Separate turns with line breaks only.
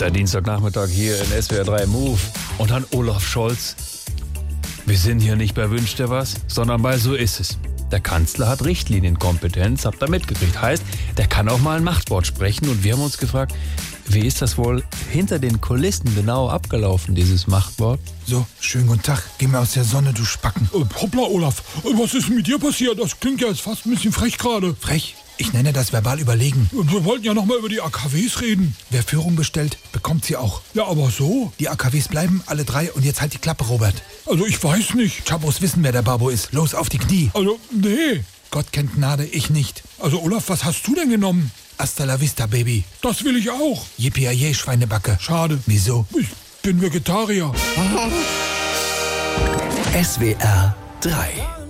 Der Dienstagnachmittag hier in SWR 3 Move und dann Olaf Scholz. Wir sind hier nicht bei Wünscht dir was, sondern bei So ist es. Der Kanzler hat Richtlinienkompetenz, habt ihr mitgekriegt. Heißt, der kann auch mal ein Machtwort sprechen und wir haben uns gefragt, wie ist das wohl hinter den Kulissen genau abgelaufen, dieses Machtwort?
So, schönen guten Tag. Geh mir aus der Sonne, du Spacken.
Äh, Hoppla, Olaf. Äh, Was ist denn mit dir passiert? Das klingt ja jetzt fast ein bisschen frech gerade.
Frech. Ich nenne das verbal überlegen.
Äh, Wir wollten ja nochmal über die AKWs reden.
Wer Führung bestellt, bekommt sie auch.
Ja, aber so?
Die AKWs bleiben, alle drei, und jetzt halt die Klappe, Robert.
Also, ich weiß nicht.
Chabos wissen, wer der Babo ist. Los, auf die Knie.
Also, nee.
Gott kennt Gnade, ich nicht.
Also, Olaf, was hast du denn genommen?
Hasta la vista, Baby.
Das will ich auch.
Yippie Schweinebacke.
Schade.
Wieso?
Ich bin Vegetarier.
SWR 3